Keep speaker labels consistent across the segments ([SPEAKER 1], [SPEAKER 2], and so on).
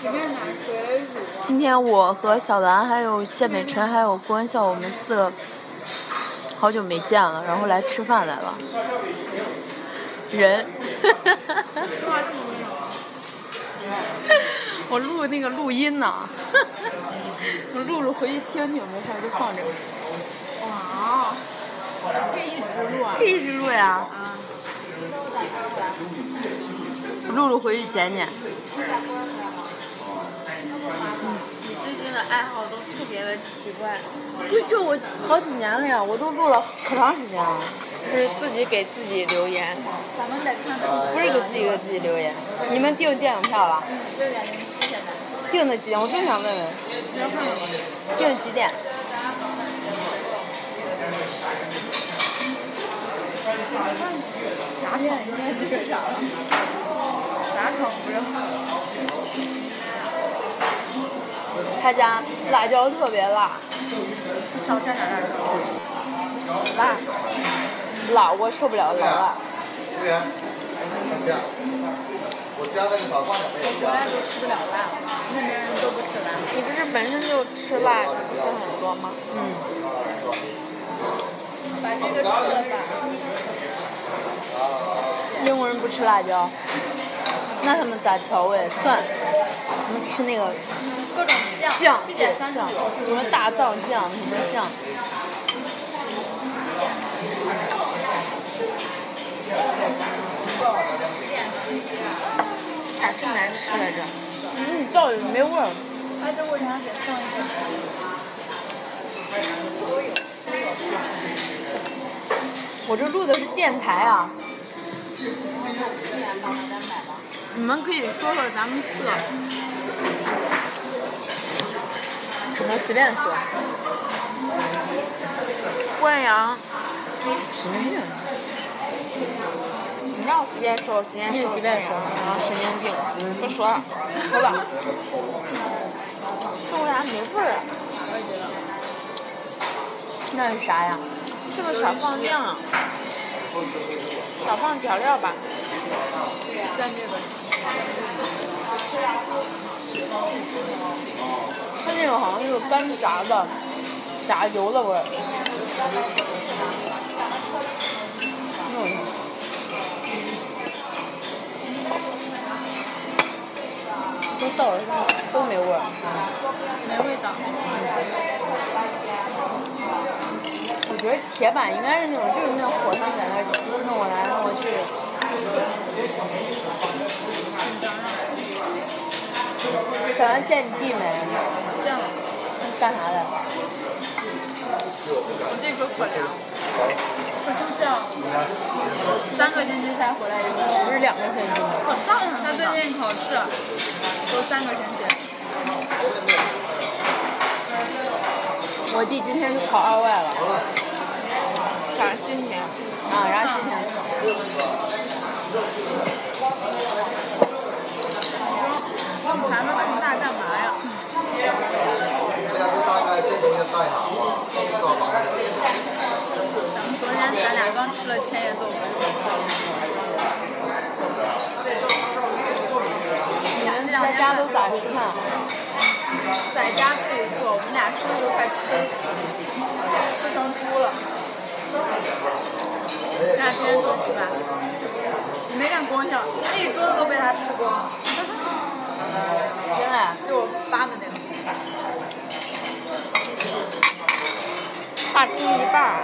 [SPEAKER 1] 随便拿水乳啊。
[SPEAKER 2] 今天我和小兰还有谢美辰还有郭恩笑，我们四个好久没见了，然后来吃饭来了。人，
[SPEAKER 1] 说话这么温柔啊。
[SPEAKER 2] 我录那个录音呢， 我录了回去听听，没事儿就放着，
[SPEAKER 1] 哇哦，你可以一直录啊。
[SPEAKER 2] 可以一直录呀，
[SPEAKER 1] 啊，
[SPEAKER 2] 录了回去剪剪。
[SPEAKER 1] 你最近的爱好都特别的奇怪，
[SPEAKER 2] 不就我好几年了呀，我都录了可长时间了。就是自己给自己留言，
[SPEAKER 1] 咱们得看看。
[SPEAKER 2] 不是给自己给自己留言。你们订电影票了？
[SPEAKER 1] 六点零七现在。
[SPEAKER 2] 订的几点？我正想问问，
[SPEAKER 1] 然后
[SPEAKER 2] 订的几点？
[SPEAKER 1] 啥电影院那个啥了？啥场不是？
[SPEAKER 2] 他家辣椒特别辣，
[SPEAKER 1] 少蘸点辣辣。
[SPEAKER 2] 辣我受不了老辣。
[SPEAKER 3] 服务员，这样，我加那个法官也没有
[SPEAKER 1] 我
[SPEAKER 3] 加
[SPEAKER 1] 来都吃不了辣，那边人都不吃辣。
[SPEAKER 2] 你不是本身就吃辣不是很多吗？嗯，
[SPEAKER 1] 把这个吃了吧。
[SPEAKER 2] 英国人不吃辣椒，那他们咋调味？蒜，他们吃那个
[SPEAKER 1] 各种酱。
[SPEAKER 2] 酱，
[SPEAKER 1] 七
[SPEAKER 2] 对
[SPEAKER 1] 点三十
[SPEAKER 2] 酱
[SPEAKER 1] 九。，
[SPEAKER 2] 什么大藏酱，什么酱。咋这么难吃来着？嗯，倒也没味儿。
[SPEAKER 1] 哎，这为啥给放一个？
[SPEAKER 2] 我这录的是电台啊。你们可以说说咱们四个，只能随便说。关阳，神经病！你让我随便说，我随便说，随便说，嗯然后神经病，不说了，说吧。嗯这为啥没味儿啊？那是啥呀？是不是少放量啊？少放调料吧。
[SPEAKER 1] 蘸这个。
[SPEAKER 2] 它那种好像就是干炸的，炸油的味儿。嗯。都倒了，都没味儿。
[SPEAKER 1] 没味道。
[SPEAKER 2] 我觉得铁板应该是那种，就是那种火上在那儿弄来弄去。小杨见你弟没？
[SPEAKER 1] 这样，
[SPEAKER 2] 干啥的？
[SPEAKER 1] 我这个可凉。我住校三个星期才回来一次。
[SPEAKER 2] 不是两个星期吗？
[SPEAKER 1] 我当然。他最近考试，都三个星期。
[SPEAKER 2] 我弟今天去考二外了。
[SPEAKER 1] 咋今年？
[SPEAKER 2] 啊，然后今天考。
[SPEAKER 1] 你盘子这么大干嘛呀？
[SPEAKER 3] 大家都大概先给你带好啊，知道吧？
[SPEAKER 1] 咱们昨天咱俩刚吃了千叶豆腐。
[SPEAKER 2] 你们在家都咋吃饭？
[SPEAKER 1] 在家自己做，我们俩出去都快吃吃成猪了。那天说是吧？你没看光笑，他一桌子都被他吃光，
[SPEAKER 2] 真的，啊
[SPEAKER 1] 就我发的那个。
[SPEAKER 2] 大吃一半儿。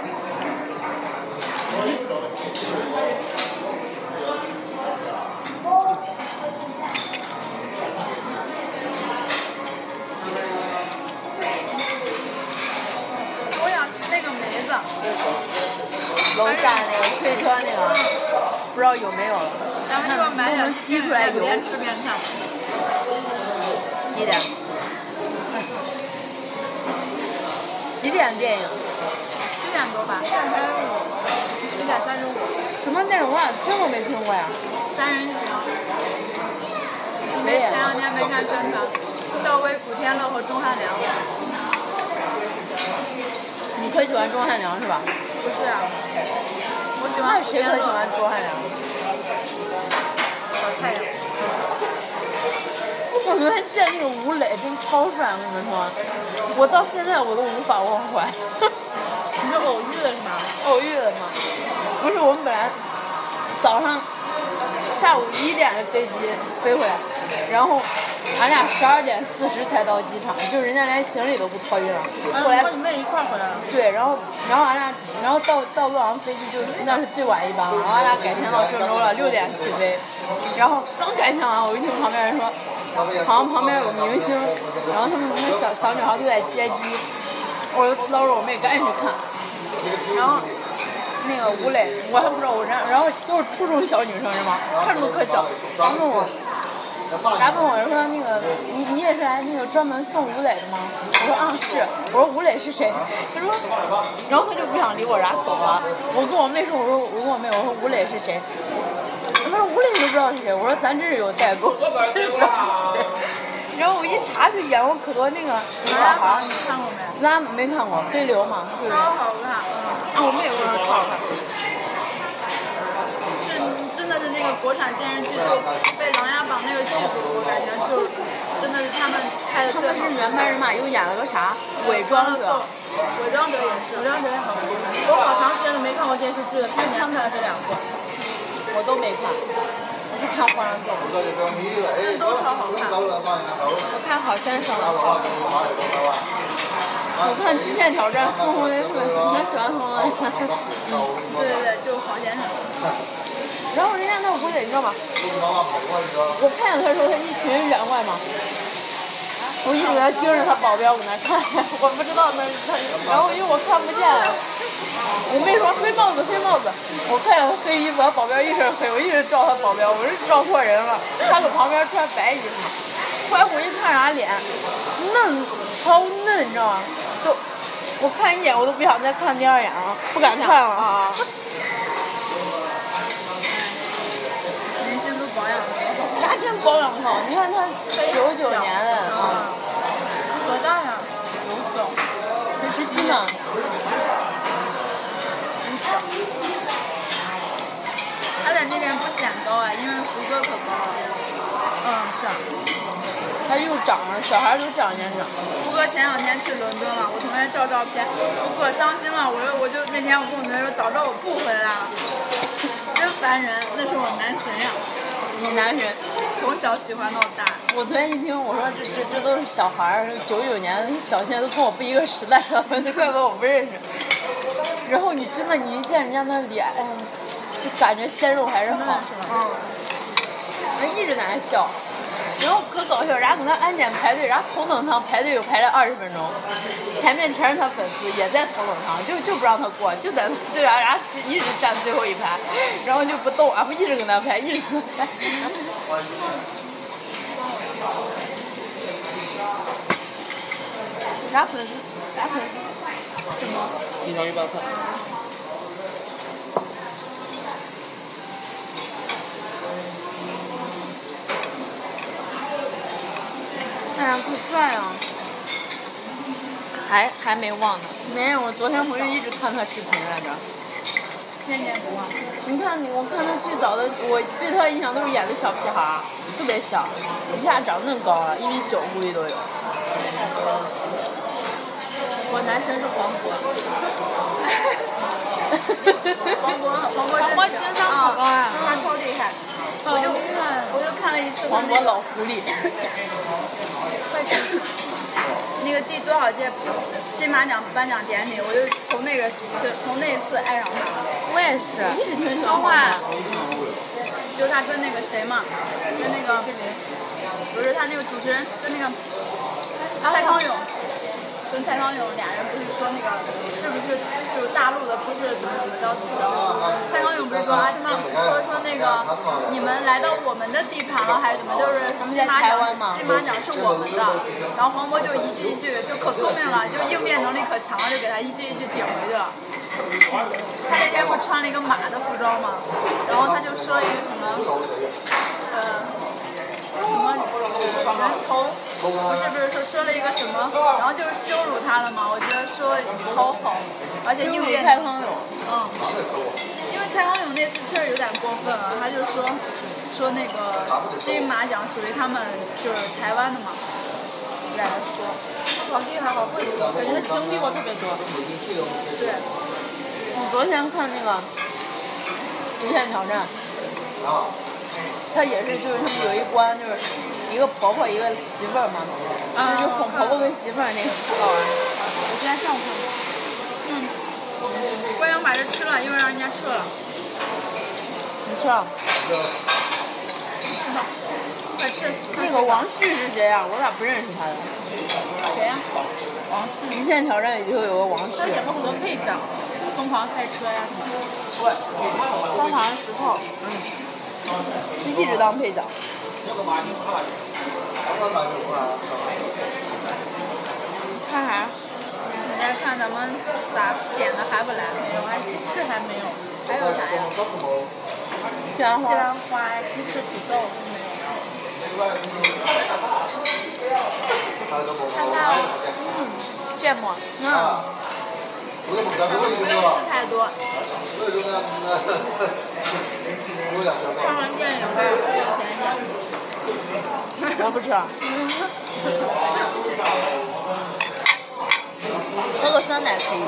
[SPEAKER 1] 我想吃那个梅子，
[SPEAKER 2] 楼下那个推车那个，不知道有没有了，
[SPEAKER 1] 咱们一会儿买点去店里面边吃边看。
[SPEAKER 2] 几点？几点电影？
[SPEAKER 1] 七点多吧，七点三十五，七点三十五，
[SPEAKER 2] 什么电影？我咋听过没听过呀？
[SPEAKER 1] 三人行。没前两天没看宣传，赵薇、古天乐和钟汉良。
[SPEAKER 2] 你可喜欢钟汉良是吧？
[SPEAKER 1] 不是啊，我喜
[SPEAKER 2] 那
[SPEAKER 1] 欢
[SPEAKER 2] 谁可喜欢钟汉良？
[SPEAKER 1] 小太阳。
[SPEAKER 2] 我我昨天见那个吴磊真超帅，我跟你们说，我到现在我都无法忘怀。你知道偶遇的是吗？偶遇的吗？不是，我们本来早上下午一点的飞机飞回来，然后俺俩十二点四十才到机场，就人家连行李都不托运了。
[SPEAKER 1] 嗯
[SPEAKER 2] 后来
[SPEAKER 4] 我跟你妹一块儿回来了。
[SPEAKER 2] 对，然后然后俺俩，然后到到洛阳飞机就那是最晚一班了，然后俺俩改签到郑州了，六点起飞，然后刚改签完，我就听旁边人说，好像旁边有明星，然后他们那小小女孩都在接机，我就捞着我妹赶紧去看，然后。那个吴磊，我还不知道我然然后都是初中小女生是吗？看着都可小，然后问我，然后问我说那个你你也是来那个专门送吴磊的吗？我说啊是，我说吴磊是谁？他说，然后他就不想理我，然后走了。我跟我妹说，我说我跟我妹我说吴磊是谁？他说吴磊都不知道是谁。我说咱这是有代沟，真不知道是谁。然后我一查就演过可多那个小
[SPEAKER 1] 麻辣
[SPEAKER 2] 孩
[SPEAKER 1] 宝
[SPEAKER 2] 儿，
[SPEAKER 1] 你看过没？
[SPEAKER 2] 咱没看过飞流嘛，就是
[SPEAKER 1] 超好看，
[SPEAKER 2] 啊我妹也说超好看。
[SPEAKER 1] 这真的是那个国产电视剧就被《琅琊榜》那个剧组，我感觉就真的是他们 拍的
[SPEAKER 2] 他
[SPEAKER 1] 最
[SPEAKER 2] 们
[SPEAKER 1] 好
[SPEAKER 2] 是。原班人马，又演了个啥伪装者？
[SPEAKER 1] 伪装者也是，伪装者也好看。
[SPEAKER 4] 我好长时间都没看过电视剧了，去年看了这两部。
[SPEAKER 2] 我都没看，我就看《花样颂》，我看《好先生》了，我看《极限挑战》，宋红雷特别喜欢喜欢宋红雷。
[SPEAKER 1] 对对对，就好先生。
[SPEAKER 2] 然后人家那吴磊，你知道吗？我看见他的时候，他一群员外嘛，我一直在盯着他保镖搁那看， 我不知道那是他，然后因为我看不见，啊我妹说黑帽子黑帽子，我看见他黑衣服，他保镖一身黑，我一直照他保镖，我是照错人了，他搁旁边穿白衣服，后来我一看俺脸嫩，超嫩，你知道吗？都我看一眼我都不想再看第二眼了，不敢看了啊。
[SPEAKER 1] 明星都保养的多好。
[SPEAKER 2] 他真保养好，你看他九九年的，啊，
[SPEAKER 4] 多大呀？
[SPEAKER 2] 十七呢，
[SPEAKER 1] 他在那边不显高啊，因为胡歌可高了。
[SPEAKER 4] 嗯，是啊。
[SPEAKER 2] 他又长了，小孩都长年长。
[SPEAKER 1] 胡歌前两天去伦敦了，我同学照照片，我可伤心了。我说我就那天我跟我同学说，早知道我不回来了，真烦人。那是我男神呀，
[SPEAKER 2] 你男神，
[SPEAKER 1] 从小喜欢到大。
[SPEAKER 2] 我昨天一听我说这这这都是小孩儿，九九年的小现在都跟我不一个时代了，怪不得我不认识。然后你真的你一见人家那脸，哎呀，就感觉鲜肉还是好，是吧？人一直在那笑。然后可搞笑，人家搁那安检排队，人家头等舱排队有排了二十分钟，前面全是他粉丝，也在头等舱，就就不让他过，就在就让人家一直站最后一排，然后就不动，俺们一直搁那排，一直搁那排。啥粉丝？啥粉丝？
[SPEAKER 5] 一条一半饭。
[SPEAKER 2] 哎呀，可帅啊！还还没忘呢。没有，我昨天回去一直看他视频来着。
[SPEAKER 4] 念念不忘。
[SPEAKER 2] 你看，我看他最早的，我对他的印象都是演的小屁孩儿，特别小，一下长那么高了，一米九估计都有。我男神是黄
[SPEAKER 1] 黄渤，
[SPEAKER 2] 渤。
[SPEAKER 1] 黄渤真
[SPEAKER 4] 黄渤情商好高呀
[SPEAKER 1] 啊他超厉害。我就我就看了一次他
[SPEAKER 2] 黄
[SPEAKER 1] 那
[SPEAKER 2] 渤
[SPEAKER 1] 个
[SPEAKER 2] 老狐狸。
[SPEAKER 1] 那个第多少届金马奖颁奖典礼，我就从那个就从那一次爱上他了。
[SPEAKER 2] 我也是。一直听说话。
[SPEAKER 1] 就他跟那个谁嘛，跟那个不是他那个主持人，跟那个蔡康永，跟蔡康永俩人不是说那个是不是就是大陆的不是怎么怎么着怎么着？蔡康永不是说啊，他们说说那个你们来到我们的地盘了还是怎么？就是金马奖金马奖是我们的，然后黄渤就一句一句就可聪明了，就应变能力可强了，就给他一句一句顶回去了。他那天不穿了一个马的服装吗？然后他就说了一个什么，呃，什么人头，不是不是说说了一个什么，然后就是羞辱他了嘛。我觉得说得超好，而且应变，
[SPEAKER 2] 蔡康永。
[SPEAKER 1] 嗯，因为蔡康永那次确实有点过分了，他就说。说那个金马奖属于他们就是台湾的嘛，来说，
[SPEAKER 4] 老师还好会说，感觉他经历过特别多。
[SPEAKER 1] 对，
[SPEAKER 2] 我昨天看那个《极限挑战》，他也是就是他们有一关就是一个婆婆一个媳妇儿嘛，
[SPEAKER 4] 啊
[SPEAKER 2] 就是哄婆婆跟媳妇儿那个特好玩。
[SPEAKER 1] 我之前上过。嗯，我想把这吃了，一会儿让人家吃了，
[SPEAKER 2] 你知道
[SPEAKER 1] 快吃。
[SPEAKER 2] 那个王旭是谁啊？我咋不认识他呀？
[SPEAKER 1] 谁呀？
[SPEAKER 2] 王旭，《极限挑战》里就有个王旭
[SPEAKER 4] 他，演过很多配角，疯狂赛车呀什么的。
[SPEAKER 2] 方糖石头，嗯，就一直当配角。看啥？
[SPEAKER 1] 你再看咱们咋点的还不来？
[SPEAKER 4] 没有，还鸡翅还没有，
[SPEAKER 1] 还有啥呀？
[SPEAKER 2] 西兰
[SPEAKER 4] 西兰
[SPEAKER 2] 花。
[SPEAKER 4] 花、鸡翅、土豆没有。
[SPEAKER 2] 芥末。
[SPEAKER 1] 嗯咱们不用吃太多，看完电影呗，吃点甜点。
[SPEAKER 2] 我不吃。 喝个酸奶可以。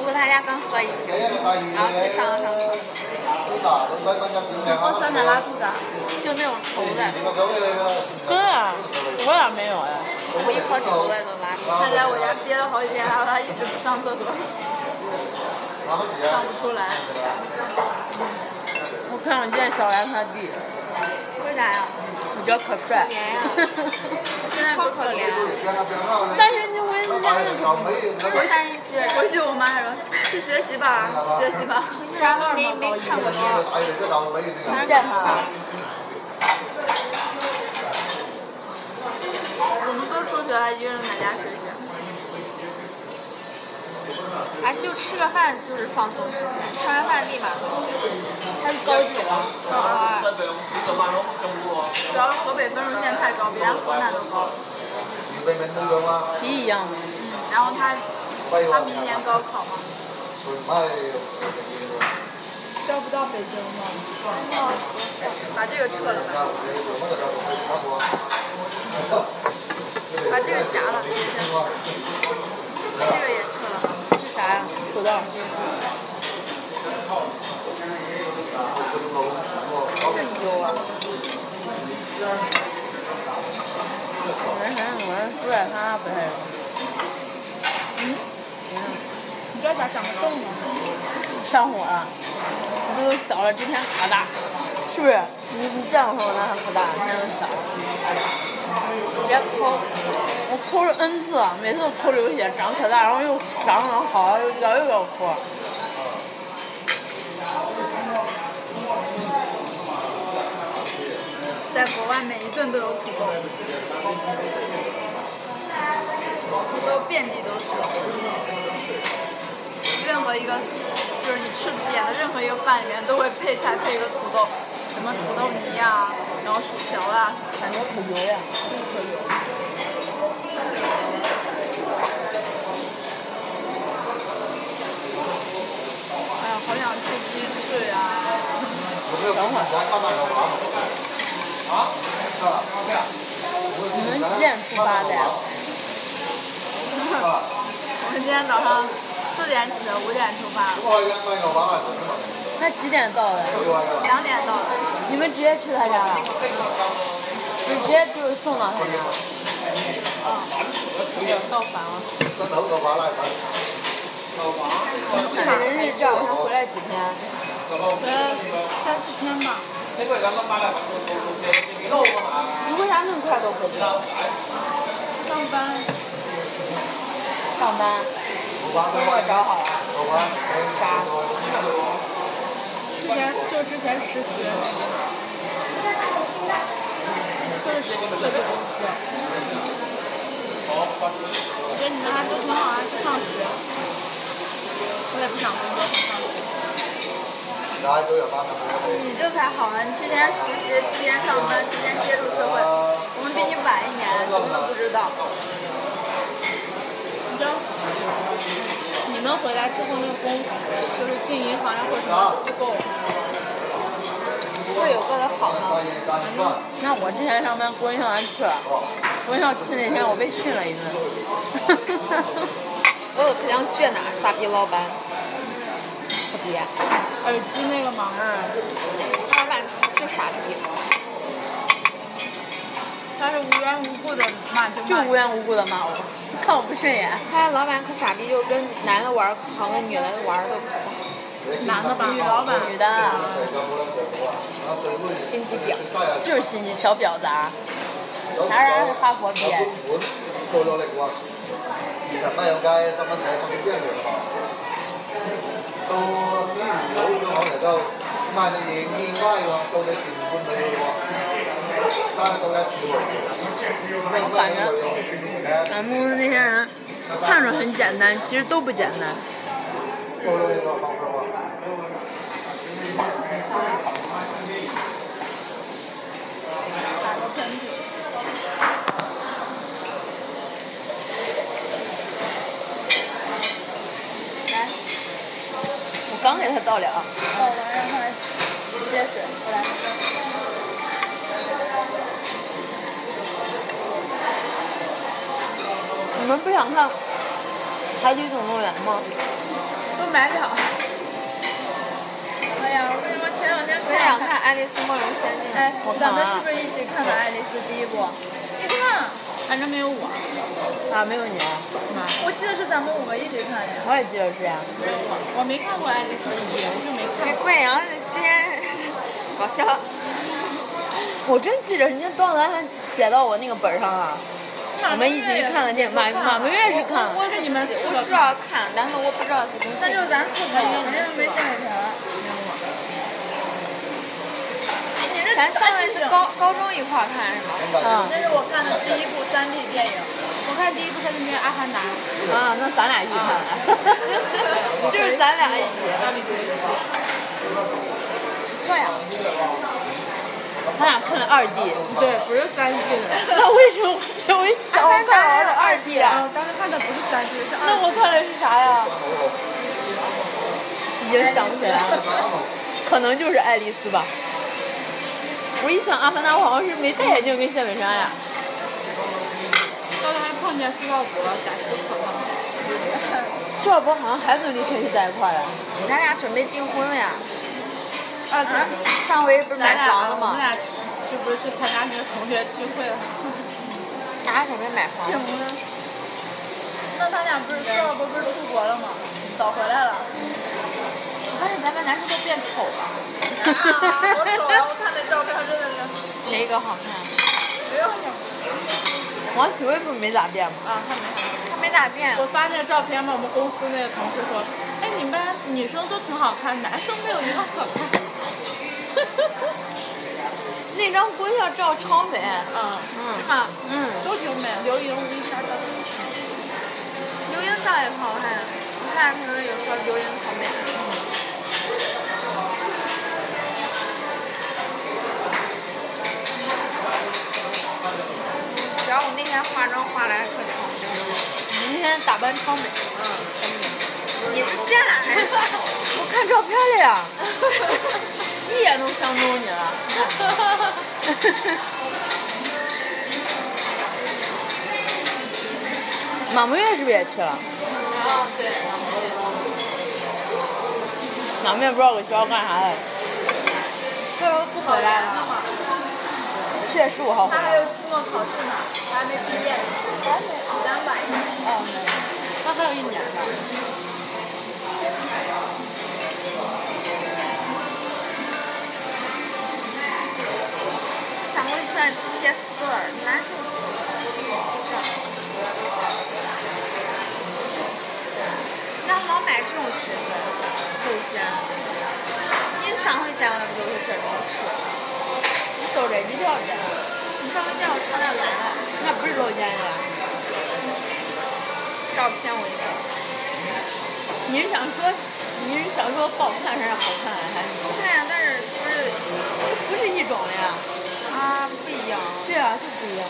[SPEAKER 2] 我给大家刚喝一个，然后去上了上厕所，
[SPEAKER 4] 喝酸奶拉肚子啊，
[SPEAKER 2] 就那种稠的。对啊，我咋没有呀、我一喝稠的都拉
[SPEAKER 3] 嗯
[SPEAKER 2] 出 来。
[SPEAKER 1] 他来我家憋了好几天，然后他一直不上厕所，上不出来。
[SPEAKER 2] 我看上见小兰他弟，
[SPEAKER 1] 为啥呀？
[SPEAKER 2] 我觉得可帅。
[SPEAKER 1] 现在不可怜。
[SPEAKER 2] 但是你回自家就
[SPEAKER 6] 三一七的人，
[SPEAKER 1] 回去我妈还说去学习吧，去学习吧。
[SPEAKER 6] 没没看过电视，
[SPEAKER 2] 能见他了。
[SPEAKER 1] 我们都出去了，还一个人在家学习。
[SPEAKER 6] 哎，就吃个饭就是放松时间，吃完饭立马回去。
[SPEAKER 2] 他是高几了？
[SPEAKER 1] 主要河北分数线太高，比咱河南都高。
[SPEAKER 2] 皮一样的。
[SPEAKER 6] 嗯
[SPEAKER 1] 然后他他明年高考嘛，
[SPEAKER 4] 交不到北京吗？
[SPEAKER 1] 把这个撤了吧，把这个夹了，这个也撤了。
[SPEAKER 2] 是啥呀？土豆。这一周啊。我人还我人朱点他不太容嗯
[SPEAKER 4] 你这咋长个洞呢？
[SPEAKER 2] 易上火了，我这都小了，之前可大，是不是？你你见过我那还可大，现在都小了。别抠，我抠了 N 次，每次都抠流血，长可大，然后又长了好，又老又要抠。
[SPEAKER 1] 在国外每一顿都有土豆，土豆遍地都是。任何一个，就是你吃点的任何一个饭里面都会配菜配一个土豆，什么土豆泥呀、然后薯条啊，
[SPEAKER 2] 感觉可油呀。
[SPEAKER 1] 哎呀，好想吃鸡翅啊！
[SPEAKER 2] 你们几点出发的呀？
[SPEAKER 1] 我们今天早上四点起的，五点出发，
[SPEAKER 2] 那几点到的？
[SPEAKER 1] 两点到的。
[SPEAKER 2] 你们直接去他家了？就直接就是送到他家了。到烦了。这个人是这样，他回来几天？
[SPEAKER 4] 呃三四天吧。
[SPEAKER 2] 你为啥那么快都回去了？
[SPEAKER 4] 上班
[SPEAKER 2] 上班？工作找好了？
[SPEAKER 4] 之前就之前实习的那个，就是这个这个公司。我觉得你们还都挺好啊，去上学。我也不想工作，想上学。
[SPEAKER 1] 你这才好啊呢，你之前实习，之前上班，之前接触社会，我们比你晚一年，什么都不知道。
[SPEAKER 4] 你知道，你们回来之后那个公司，就是进银行呀或者什么机构，
[SPEAKER 6] 各有各的好嘛。
[SPEAKER 2] 那我之前上班国营校园去了，国营校去那天我被训了一顿，
[SPEAKER 6] 我有特强倔哪儿傻逼老板，
[SPEAKER 2] 特别。耳机那个嘛，嗯，
[SPEAKER 6] 老板就傻逼。
[SPEAKER 1] 他是无缘无故的骂就
[SPEAKER 2] 就
[SPEAKER 1] 骂
[SPEAKER 2] 无缘无故的骂我，看我不顺眼。
[SPEAKER 6] 他老板可傻逼，就是跟男的玩儿可好，跟女的玩儿都可不好，
[SPEAKER 1] 男的吧，女老板，
[SPEAKER 2] 女的，
[SPEAKER 6] 心机婊。
[SPEAKER 2] 就是心机小婊啊砸，男人是哈佛毕业，咱们那些人看着很简单，其实都不简单。
[SPEAKER 1] 打个喷嚏，
[SPEAKER 2] 我刚给他倒了，
[SPEAKER 1] 倒完让他接水过来。
[SPEAKER 2] 你们不想看《海底总动员》吗？
[SPEAKER 6] 都买了。
[SPEAKER 1] 哎呀，我跟你说，前两天可
[SPEAKER 6] 我
[SPEAKER 1] 想
[SPEAKER 6] 想看《
[SPEAKER 1] 看。
[SPEAKER 6] 爱丽丝梦游仙境》。
[SPEAKER 1] 哎
[SPEAKER 2] 我，看
[SPEAKER 1] 咱们
[SPEAKER 2] 完
[SPEAKER 1] 是不是一起看的《爱丽丝》第一部？你看，啊
[SPEAKER 4] 反正没有我，
[SPEAKER 2] 啊，没有你啊，
[SPEAKER 1] 我记得是咱们五个一起看的呀。
[SPEAKER 2] 我也记得是呀、
[SPEAKER 4] 我没看过《爱丽丝》一，我就没看
[SPEAKER 6] 那
[SPEAKER 4] 过。
[SPEAKER 6] 贵阳今天搞笑，
[SPEAKER 2] 我真记着人家段澜还写到我那个本儿上了。我们一起去看了电影，马马明月是看了，
[SPEAKER 4] 我是你们四
[SPEAKER 6] 我
[SPEAKER 4] 个
[SPEAKER 6] 知道看，但是我不知道是跟
[SPEAKER 1] 那就
[SPEAKER 6] 谁。
[SPEAKER 1] 咱四个，人家没见过谁。哎你这
[SPEAKER 6] 咱上
[SPEAKER 1] 的
[SPEAKER 6] 的是高高中一块儿看是吗？
[SPEAKER 2] 啊
[SPEAKER 1] 那是我看的第一部 3D 电影。
[SPEAKER 4] 我看第一部是那个《阿凡达》，
[SPEAKER 2] 啊，那咱俩一起看 了，就是咱俩一起，
[SPEAKER 6] 这样，
[SPEAKER 2] 咱俩看了二 D，
[SPEAKER 4] 对，不是三 D 的。
[SPEAKER 2] 那为什么我一想我看完了二 D 啊？
[SPEAKER 4] 啊，当时看的不是三 D，是
[SPEAKER 2] 那
[SPEAKER 4] 二。
[SPEAKER 2] 我看的是啥呀？已经想不起来了，可能就是爱丽丝吧。我一想《阿凡达》，我好像是没戴眼镜跟谢美莎呀。
[SPEAKER 4] 当时还碰见苏耀国，简直可怕。
[SPEAKER 2] 赵小波好像还跟李晨曦在一块儿呀。
[SPEAKER 6] 咱俩准备订婚了呀。啊，上回不是买房了
[SPEAKER 4] 我们
[SPEAKER 6] 吗？
[SPEAKER 4] 俩就不是去参加那个同学聚会了。
[SPEAKER 6] 咱俩准备买房。
[SPEAKER 1] 那他俩不是第二部不是出国了吗？啊早回来了。
[SPEAKER 6] 但是咱们男生都变丑了，
[SPEAKER 1] 我瞅了，我看那照片真的是
[SPEAKER 6] 哪个好看？
[SPEAKER 1] 没有什么。
[SPEAKER 2] 王启薇不是没咋变吗？
[SPEAKER 4] 啊，看没看？
[SPEAKER 6] 他没咋变
[SPEAKER 4] 我发那照片嘛，我们公司那个同事说，哎，你们班女生都挺好看，男生没有一个好看。
[SPEAKER 2] 那张婚纱照超美。
[SPEAKER 4] 啊，
[SPEAKER 2] 嗯
[SPEAKER 6] 啊，
[SPEAKER 2] 嗯，
[SPEAKER 4] 都挺美。刘莹、吴亦莎照片。
[SPEAKER 6] 刘英照也不好看。我看着评论有说刘英好美。主要我那天化妆化来可丑了，
[SPEAKER 2] 你那天打扮超美。
[SPEAKER 6] 你是见哪来的？
[SPEAKER 2] 我看照片了呀， 一眼都相中你了。 马梦月是不是也去了？啊马梦月不知道搁学校干啥来了。
[SPEAKER 4] 他说不回来了。
[SPEAKER 2] 七月十五号回
[SPEAKER 1] 他
[SPEAKER 2] 来
[SPEAKER 1] 还。有期末考试呢，他还没毕业呢。咱们咱晚一点。
[SPEAKER 4] 哦，没有。他还有一年呢。
[SPEAKER 6] 想问转 PS 座儿，难受死了。那老买这种裙子，抖肩。你上回见我的不都是这种尺？
[SPEAKER 2] 你走人就叫人，
[SPEAKER 6] 你上回见我穿的蓝的，
[SPEAKER 2] 那不是露肩呀？
[SPEAKER 6] 照片我一找。
[SPEAKER 2] 你是想说，你是想说不好看还是好看，还是
[SPEAKER 6] 对呀，但是不是
[SPEAKER 2] 不是一种的呀？
[SPEAKER 6] 啊，不一样。
[SPEAKER 2] 对啊，就不一样。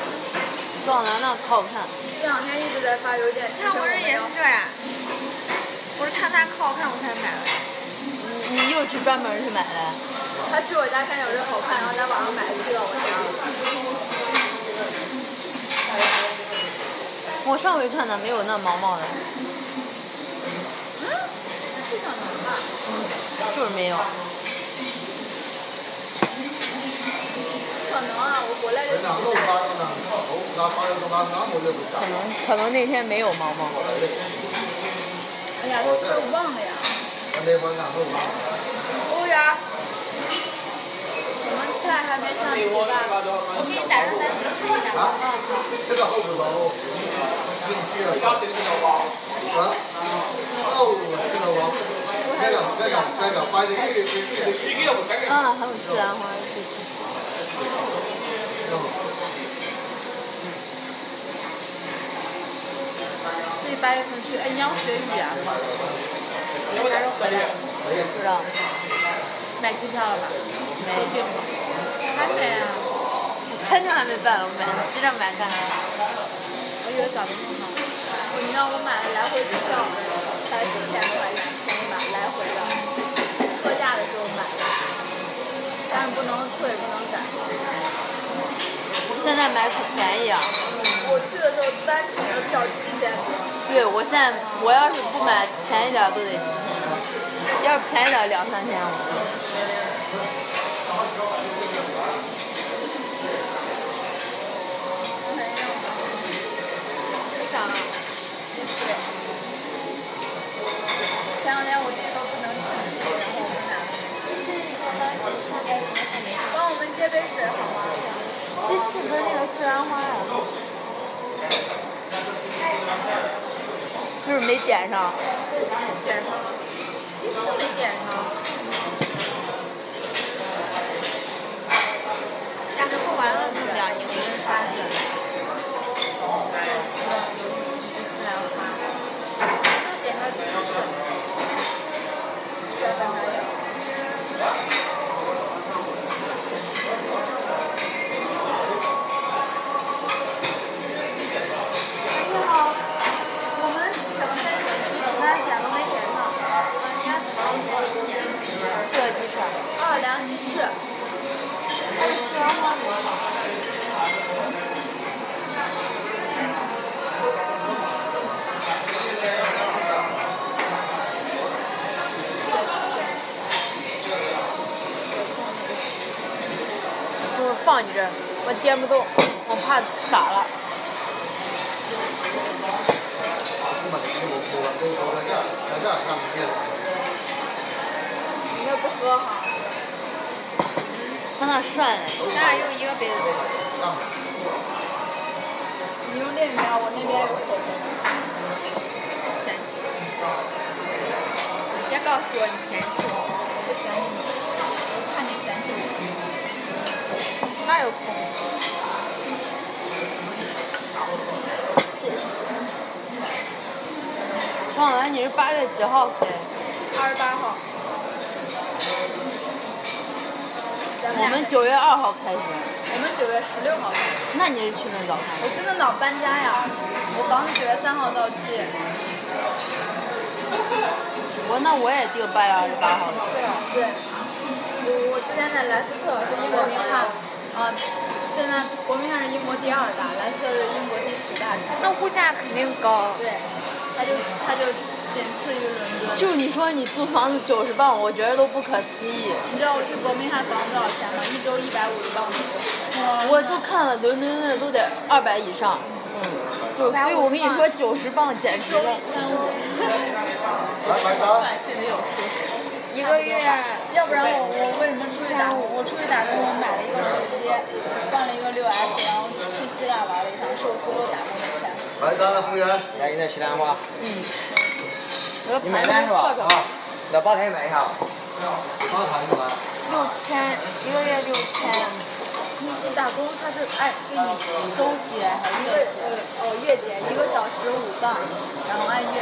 [SPEAKER 2] 样可好看。
[SPEAKER 1] 这两天一直在发邮件，提
[SPEAKER 6] 看
[SPEAKER 1] 醒
[SPEAKER 6] 我
[SPEAKER 1] 我
[SPEAKER 6] 这
[SPEAKER 1] 们
[SPEAKER 6] 也
[SPEAKER 1] 要
[SPEAKER 6] 是这呀，我是看他可好看我才买的。
[SPEAKER 2] 你你又去专门去买的？
[SPEAKER 1] 他去我家看见有这好看，然后在网上买的，寄到我家了。
[SPEAKER 2] 我上回看的没有那毛毛的。就是没有，
[SPEAKER 1] 不可能啊，我回来就
[SPEAKER 3] Thế nào cũng ba con nào, cũng ba con đâu, ba nó một lượt cũng cả.
[SPEAKER 2] 可能可能那天没有毛毛。
[SPEAKER 1] 哎呀，都都忘了呀。
[SPEAKER 3] Ban đêm con nào cũng ba.
[SPEAKER 1] 服务员儿，我们菜还没上齐吧？
[SPEAKER 6] 我给你打上单，
[SPEAKER 3] Hả? Thế là không được bảo. Xin kia là- Hả? Đâu mà cái đầu bảo. Cái cả- cái cả- cái cả quay đến cái- cái- cái- cái-
[SPEAKER 2] 啊，还有自然花是
[SPEAKER 3] Đâu?
[SPEAKER 1] 自己八月份去，哎，你要学语言吗？啥时候回来？
[SPEAKER 2] 不知道，
[SPEAKER 1] 买机票了吧？
[SPEAKER 2] 没有，
[SPEAKER 1] 还没啊？
[SPEAKER 2] 我签证还没办，我买机票买干啥？
[SPEAKER 1] 我以为早就弄好了。我你知道我买了来回机票，才四千块钱，便宜吧，来回 的。特价的时候买的，但是不能退，不能改。
[SPEAKER 2] 现在买可便宜啊！
[SPEAKER 1] 我去的时候单程的票七千多，
[SPEAKER 2] 对，我现在我要是不买便宜点儿都得七千，要是便宜点儿两三千了。
[SPEAKER 1] 前两天我弟说不能吃，然后我们俩帮我们接杯水好吗？
[SPEAKER 2] 鸡翅和那个西兰花呀、就是没点上，
[SPEAKER 1] 点上了，其实没点上。
[SPEAKER 6] 但是喝完了弄点儿，你们跟刷子。
[SPEAKER 1] 我们怎么在点上？怎么点都没点上？
[SPEAKER 2] 四个鸡翅。
[SPEAKER 1] 奥尔良鸡翅。
[SPEAKER 2] 就是放你这儿，我颠不动，我怕洒了。
[SPEAKER 3] Nhưng mà cái bộ đồ là tôi có cái cả- cái cả thằng kia.
[SPEAKER 1] 你这不喝哈？
[SPEAKER 2] 他那涮嘞，
[SPEAKER 6] 咱俩用一个杯子吧。
[SPEAKER 3] Thằng-
[SPEAKER 1] 你用这边，我那边有口红。
[SPEAKER 6] 嫌弃我，别告诉我你嫌弃我，
[SPEAKER 1] 不嫌弃你，我看你嫌弃我。
[SPEAKER 6] 哪有空？
[SPEAKER 2] 忘了你是八月几号开？
[SPEAKER 1] 二十八号。咱
[SPEAKER 2] 我
[SPEAKER 1] 俩
[SPEAKER 2] 们九月二号开学，
[SPEAKER 1] 我们九月十六号开。
[SPEAKER 2] 那你是去那早开？
[SPEAKER 1] 我去那早搬家呀，我房子九月三号到期。
[SPEAKER 2] 我那我也定八月二十八号。
[SPEAKER 1] 对，我我之前在莱斯特是英国第二，啊、现在国民上是英国第二大，莱斯特是英国第十大城。
[SPEAKER 6] 那物价肯定高。
[SPEAKER 1] 对，它就它就仅次于伦敦。
[SPEAKER 2] 就是你说你租房子九十磅，我觉得都不可思议。
[SPEAKER 1] 你知道我去伯明翰房子多少钱吗？一周一百五十磅左右。
[SPEAKER 2] 我就看了伦敦的都得二百以上。
[SPEAKER 5] 嗯
[SPEAKER 2] 就所以，我跟你说，九十磅简直了。
[SPEAKER 3] Bái- bái tao.
[SPEAKER 6] 一个月
[SPEAKER 1] 要不然我我为什么出去打工？我出去打工，我买了一个手机，换了一个六 S，然后去希腊玩了一趟，是我所有打工的钱。
[SPEAKER 3] Bái tao là Phương Dạ, Anh.
[SPEAKER 5] 来一袋西兰花，
[SPEAKER 2] 我的
[SPEAKER 5] 你买单
[SPEAKER 2] 盘子
[SPEAKER 5] 是吧？
[SPEAKER 2] 破
[SPEAKER 3] Ờ.
[SPEAKER 2] 着了
[SPEAKER 5] 啊，
[SPEAKER 3] Dạ,
[SPEAKER 5] 老包台买一下吧。
[SPEAKER 3] Có thằng mà.
[SPEAKER 6] 六千，一个月六千，
[SPEAKER 1] 你打工他是按给你周结还是月结？哦，月结，一个小时五磅，然后按月结。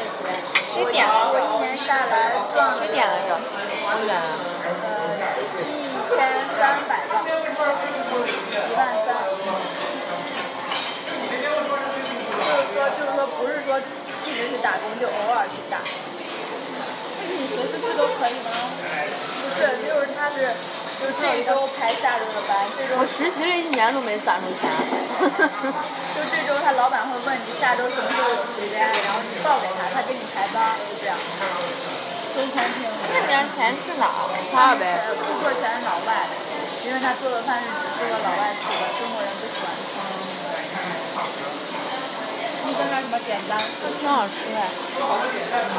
[SPEAKER 6] 谁点了
[SPEAKER 1] 我一年下来赚了
[SPEAKER 6] 谁点来着？
[SPEAKER 2] 多远啊？
[SPEAKER 1] 一千三百磅，一万三。说就是说不是说一直去打工，就偶尔去打。
[SPEAKER 4] 但是你随时去都可以吗？
[SPEAKER 1] 不是，就是他是，就是这周排下周的班，这周
[SPEAKER 2] 我实习了一年都没攒出钱，
[SPEAKER 1] 就这周他老板会问你下周什么时候有时间，然后你报给他，他给你排班，就这样。都全平。
[SPEAKER 2] 那点钱去哪儿花呗？
[SPEAKER 1] 顾客全是老外，因为他做的饭是只适合老外吃的，中国人不喜欢吃。
[SPEAKER 4] 你跟那什么点单？
[SPEAKER 2] 那挺好吃
[SPEAKER 4] 哎
[SPEAKER 2] 的。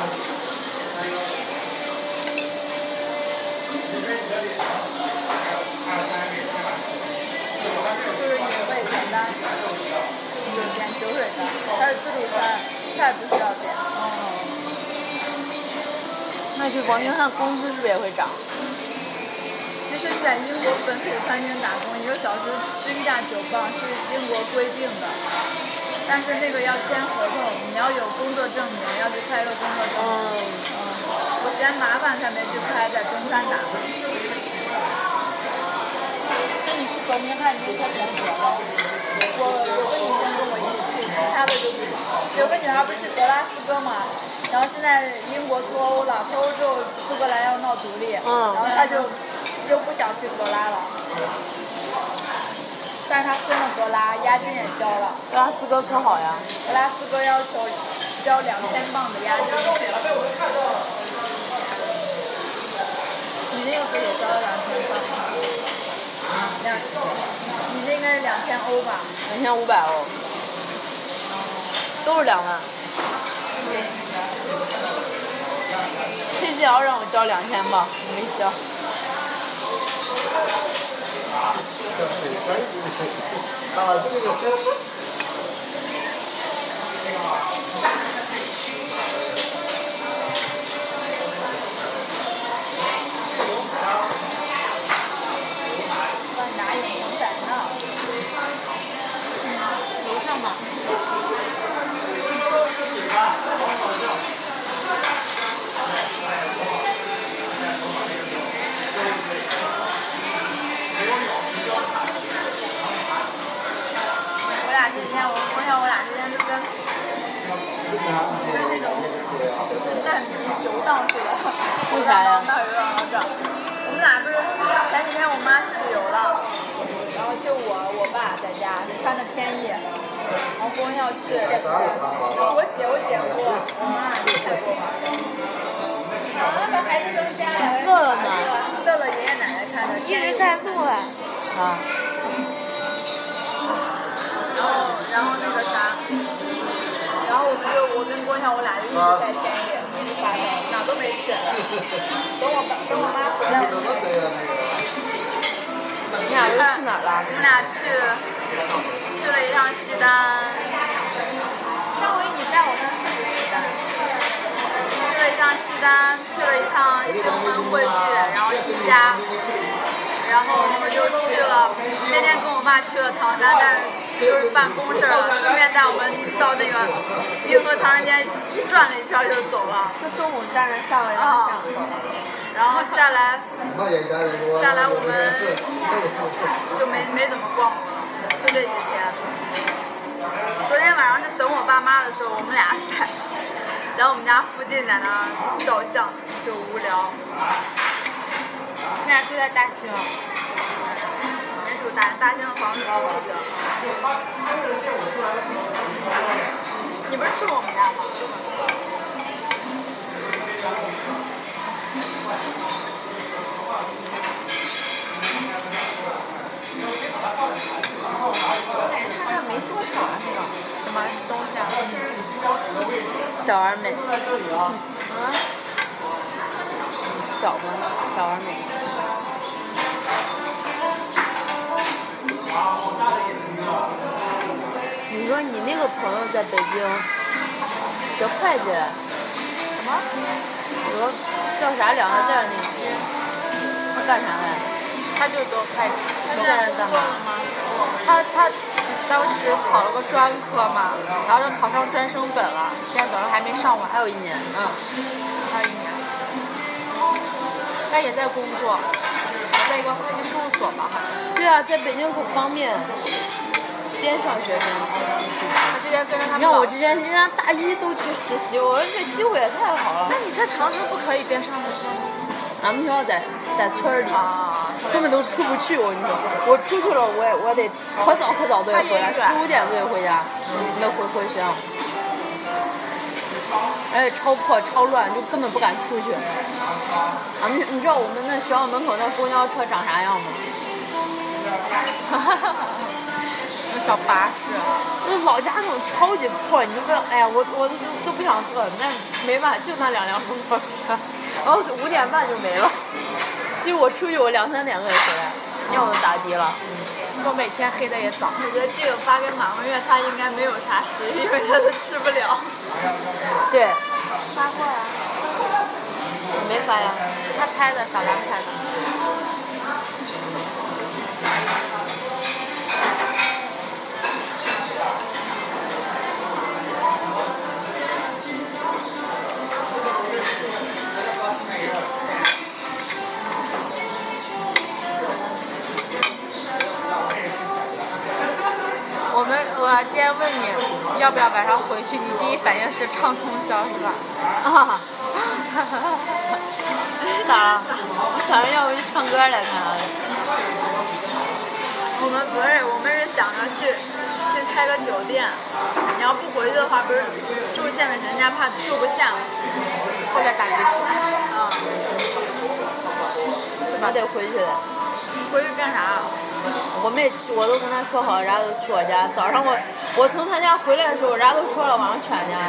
[SPEAKER 1] 就是饮味简单，酒店酒水的，它是自助餐，菜不需要点。
[SPEAKER 2] 那去伯明翰工资是不是也会涨？
[SPEAKER 1] 其实你在英国本土餐厅打工，一个小时吃一大酒磅是英国规定的，但是那个要签合同，你要有工作证明，要去开个工作证明。
[SPEAKER 2] 嗯，
[SPEAKER 1] 我嫌麻烦才没去开，在中餐打工。
[SPEAKER 4] 那你去伯明翰你就开全国了。
[SPEAKER 1] 我有个女生跟我一起去，其他的就不去。有个女孩不是去格拉斯哥嘛，然后现在英国脱欧了，脱欧之后苏格兰要闹独立，
[SPEAKER 2] 嗯
[SPEAKER 1] 然后她就又不想去格拉了，但是她申了格拉，押金也交了，
[SPEAKER 2] 格拉斯哥可好呀。
[SPEAKER 1] 格拉斯哥要求交两千磅的押金，
[SPEAKER 4] 你那个不也交了两千块吗？
[SPEAKER 1] 两，你这应该是两千欧吧？
[SPEAKER 2] 两千五百欧，都是两万。K G L 让我交两千吧，我没交。
[SPEAKER 3] Ờ, 打这个针。
[SPEAKER 1] 拿眼影在那。
[SPEAKER 4] 楼上嘛。
[SPEAKER 1] 我俩这几天，我我想我俩这几天就跟跟那种烂泥游荡似的，
[SPEAKER 2] 为啥呀
[SPEAKER 1] 游荡到游荡到这儿。我们俩不是前几天我妈去旅游了，然后就我我爸在家穿着天意，然后公要去，我姐我姐夫我妈也去泰国玩儿，
[SPEAKER 4] 啊，把孩子扔家了。
[SPEAKER 2] 乐乐呢？
[SPEAKER 1] 乐乐爷爷奶奶看着，
[SPEAKER 6] 一直在录哎，
[SPEAKER 2] 啊，
[SPEAKER 1] 然后然后那个啥，然后我们就我跟郭晓我俩就一直在天野，一直发呆，哪都没去。等我爸等我妈回来，我
[SPEAKER 2] 你俩都
[SPEAKER 4] 哎
[SPEAKER 2] 去哪儿了？
[SPEAKER 1] 们俩去去了一趟西单，
[SPEAKER 6] 上回你在我那是不是的？
[SPEAKER 1] 去了一趟西单，去了一趟星婚汇聚，然后一家。然后我们就去了，那天跟我爸去了唐山，但是就是办公事儿了，顺便带我们到那个运河唐人街转了一圈儿就走了。嗯
[SPEAKER 6] 就中午站在上面，然后想走了。
[SPEAKER 1] 然后下来
[SPEAKER 3] 下来我们。
[SPEAKER 1] 就没没怎么逛了，就这几天。昨天晚上是等我爸妈的时候，我们俩在在我们家附近在那儿照相，就无聊。
[SPEAKER 6] 你俩住在大兴，
[SPEAKER 1] 人住大大兴的房子高级。你不是去过我们家吗？
[SPEAKER 6] 我感觉他那没多少啊那种什么东西啊，
[SPEAKER 2] 小而美。小吗？小而美。你说你那个朋友在北京学会计了，什么？有个叫啥两个字儿那期，他干啥来？
[SPEAKER 6] 他就都开始。
[SPEAKER 2] 他在那干嘛？
[SPEAKER 6] 他他当时考了个专科嘛，然后就考上专升本了，现在等于还没上完，
[SPEAKER 2] 还有一年。
[SPEAKER 6] 还有一年。但也在工作，在一个会计事务所吧，好像。
[SPEAKER 2] 对啊，在北京可方便。边上学边读
[SPEAKER 6] 我之前跟着
[SPEAKER 2] 你
[SPEAKER 6] 他们
[SPEAKER 2] 看
[SPEAKER 6] 搞
[SPEAKER 2] 我之前人家大一都去实习，我说这机会也太好了。
[SPEAKER 6] 那你在长春不可以边上的时候
[SPEAKER 2] 俺们学校在在村儿里，
[SPEAKER 6] 啊？
[SPEAKER 2] 根本都出不去。我跟你说，我出去了，我也我得
[SPEAKER 6] 哦
[SPEAKER 2] 可早可早都得回来，
[SPEAKER 6] 太
[SPEAKER 2] 四
[SPEAKER 6] 远
[SPEAKER 2] 五点都得回家，
[SPEAKER 6] 嗯
[SPEAKER 2] 那回回学校。而且哎超破超乱，就根本不敢出去。俺们你知道我们那学校门口那公交车长啥样吗？
[SPEAKER 6] 那小巴士，
[SPEAKER 2] 那老家那种超级破，你就不要，哎呀，我我都都不想坐，但是没办法，就那两辆公交车，然后五点半就没了。其实我出去我两三点就得回来，要么咋地了？嗯
[SPEAKER 6] 东北天黑的也早。
[SPEAKER 1] 我觉得这个发给马文月，他应该没有啥吃，因为他都吃不了。
[SPEAKER 2] 对，
[SPEAKER 1] 发过来。
[SPEAKER 2] 没法呀。
[SPEAKER 6] 他拍的，小兰拍的。我们，我今天问你要不要晚上回去，你第一反应是唱通宵是吧？
[SPEAKER 2] 啊， 咋了？我想着要不去唱歌来看啥的。
[SPEAKER 1] 我们不是，我们是想着去去开个酒店。你要不回去的话，不是住下面人家怕住不下。
[SPEAKER 6] 后来感觉出来。
[SPEAKER 1] 啊、
[SPEAKER 2] 我得回去的。
[SPEAKER 1] 回去干啥？啊
[SPEAKER 2] 我妹，我都跟她说好，人家都去我家。早上我我从她家回来的时候，人家都说了晚上去俺家。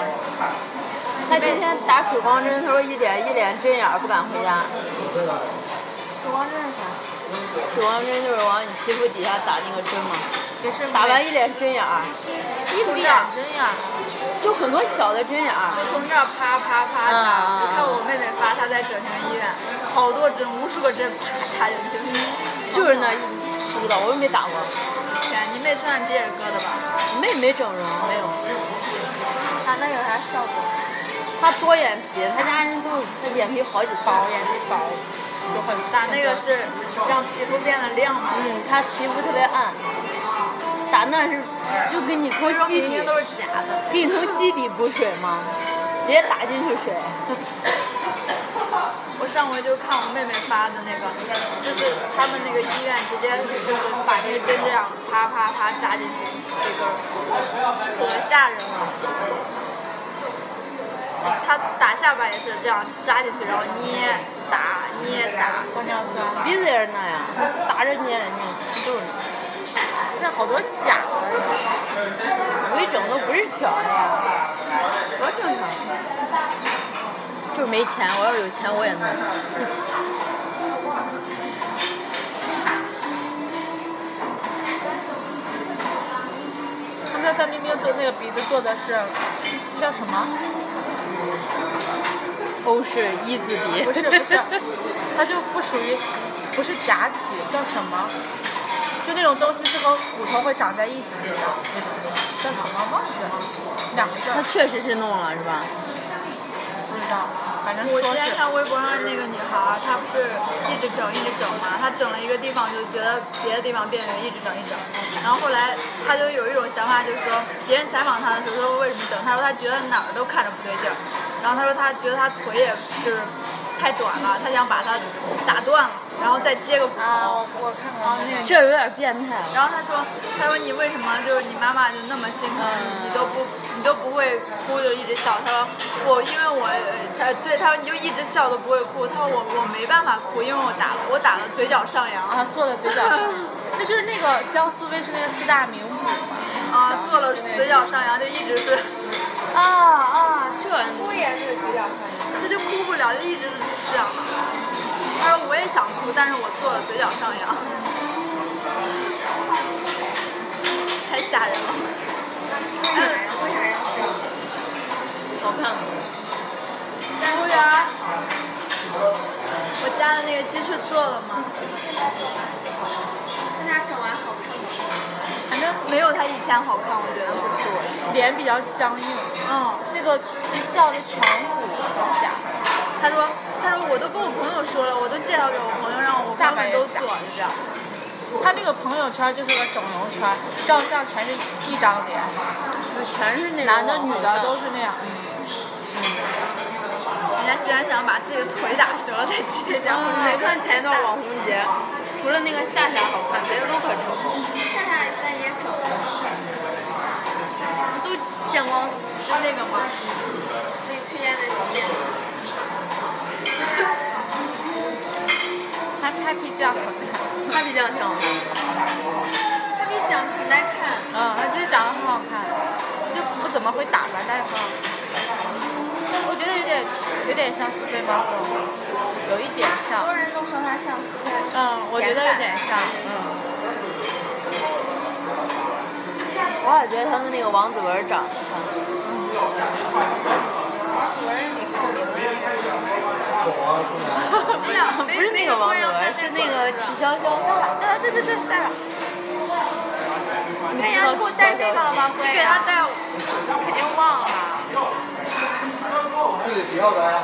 [SPEAKER 2] 她今天打水光针，她说一脸一脸针眼儿，不敢回家。
[SPEAKER 6] 曙光镇是啥？
[SPEAKER 2] 水光针就是往你皮肤底下打那个针嘛，
[SPEAKER 6] 也是
[SPEAKER 2] 打完一脸针眼儿，
[SPEAKER 6] 一脸针呀，
[SPEAKER 2] 就很多小的针眼儿。
[SPEAKER 1] 从这儿啪啪啪
[SPEAKER 2] 啊
[SPEAKER 1] 打。
[SPEAKER 2] 啊啊
[SPEAKER 1] 你看我妹妹发，她在整形医院，好多针，无数个针啪插进去。
[SPEAKER 2] 就是那一，不知道，我又没打过，
[SPEAKER 1] 天，你妹身上别人割的吧？
[SPEAKER 2] 我妹没整容，没有。
[SPEAKER 6] 它那有啥效果？
[SPEAKER 2] 她多眼皮，她家人都是她眼皮好几
[SPEAKER 6] 薄
[SPEAKER 2] 层。
[SPEAKER 6] 眼皮薄，就很
[SPEAKER 1] 打那个是让皮肤变得亮嘛。
[SPEAKER 2] 嗯，她皮肤特别暗，打那是就给你从
[SPEAKER 1] 说
[SPEAKER 2] 基
[SPEAKER 1] 明
[SPEAKER 2] 底
[SPEAKER 1] 明都是假的。
[SPEAKER 2] 给你从基底补水吗？直接打进去水。
[SPEAKER 1] 我上回就看我妹妹发的那个，就是他们那个医院直接就是把那个针这样啪啪啪扎进去这个，可吓人了。他打下巴也是这样扎进去，然后捏打捏打，
[SPEAKER 6] 玻尿酸。
[SPEAKER 2] 鼻子也是那样，打着捏着捏着，就是那
[SPEAKER 6] 现在好多假的，
[SPEAKER 2] 样微整都不是假的呀，多正常。就是没钱，我要有钱我也弄。
[SPEAKER 6] 他们范冰冰做那个鼻子做的是叫什么？
[SPEAKER 2] 欧式一字鼻。
[SPEAKER 6] 不是不 是，它就不属于，不是假体，叫什么？就那种东西是和骨头会长在一起的，叫什么忘记了，两个字
[SPEAKER 2] 他
[SPEAKER 6] 儿
[SPEAKER 2] 确实是弄了是吧？
[SPEAKER 6] 不知道，反正
[SPEAKER 1] 我之
[SPEAKER 6] 说
[SPEAKER 1] 前
[SPEAKER 6] 是。
[SPEAKER 1] 看微博上那个女孩儿，她不是一直整一直整嘛，她整了一个地方就觉得别的地方变圆，一直整一直整。然后后来她就有一种想法，就是说别人采访她的时候说为什么整，她说她觉得哪儿都看着不对劲儿，然后她说她觉得她腿也就是太短了，她想把它打断了，然后再接个骨头。
[SPEAKER 6] 啊，我我看过那个。
[SPEAKER 2] 这有点变态
[SPEAKER 6] 啊
[SPEAKER 2] 了。
[SPEAKER 1] 然后她说，她说你为什么就是你妈妈就那么辛苦，
[SPEAKER 6] 嗯
[SPEAKER 1] 你都不你都不会哭就一直笑。她说我因为我她对她说你就一直笑都不会哭。她说我我没办法哭，因为我打了我打了嘴角上扬
[SPEAKER 6] 啊，做了嘴角上扬，那就是那个江苏卫视那个四大名捕嘛。
[SPEAKER 1] 啊，做了嘴角上扬就一直是，
[SPEAKER 2] 啊啊，这
[SPEAKER 1] 哭也是嘴角上扬，她就哭不了，就一直是这样嘛。她说我也想哭，但是我做了嘴角上扬， 太吓人了。
[SPEAKER 2] 好看吗？
[SPEAKER 1] 服务员儿，我家的那个鸡翅做了吗？
[SPEAKER 6] 那俩整完好看吗？
[SPEAKER 1] 反正没有它以前好看，我觉得不是我的。
[SPEAKER 6] 脸比较僵硬，
[SPEAKER 1] 嗯，
[SPEAKER 6] 那个一笑就颧骨假，
[SPEAKER 1] 他说，他说我都跟我朋友说了，我都介绍给我朋友，让我朋友们都做，就这样。
[SPEAKER 6] 他那个朋友圈就是个整容圈，照相全是一张脸，
[SPEAKER 2] 全是那种
[SPEAKER 6] 男的
[SPEAKER 2] 网
[SPEAKER 6] 女
[SPEAKER 2] 红
[SPEAKER 6] 的都是那样。
[SPEAKER 1] 人家竟然想把自己的腿打折了再接一
[SPEAKER 2] 然后
[SPEAKER 1] 没
[SPEAKER 2] 没看前一段网红节，除了那个夏夏好看，别的都可丑，
[SPEAKER 1] 夏夏那也丑，
[SPEAKER 2] 都见光死。
[SPEAKER 1] 就那个吗？给你推荐那种店。
[SPEAKER 6] 他 Happy 酱好看，
[SPEAKER 2] 他比较挺好看，
[SPEAKER 1] 他比讲很耐看，
[SPEAKER 6] 嗯，他其实长得很好看，就不怎么会打扮，但是很好看。我觉得有点有点像苏菲玛索，有一点
[SPEAKER 1] 很
[SPEAKER 6] 像
[SPEAKER 1] 多，人都说他像苏菲。
[SPEAKER 6] 嗯，我觉得有点像，嗯。
[SPEAKER 2] 我也觉得他们那个王子文长得像。
[SPEAKER 1] 王子文是李浩明的那个。
[SPEAKER 2] 不是那个王子文，是那个曲筱绡。
[SPEAKER 1] 啊，对对对，带了。
[SPEAKER 2] 你
[SPEAKER 1] 哎
[SPEAKER 2] 知
[SPEAKER 1] 呀，你给
[SPEAKER 2] 道
[SPEAKER 1] 我
[SPEAKER 2] 曲
[SPEAKER 1] 带
[SPEAKER 2] 筱
[SPEAKER 1] 这个了吧，
[SPEAKER 2] 绡？
[SPEAKER 1] 你给他带，
[SPEAKER 2] 肯定忘了。
[SPEAKER 3] 这个几号的呀？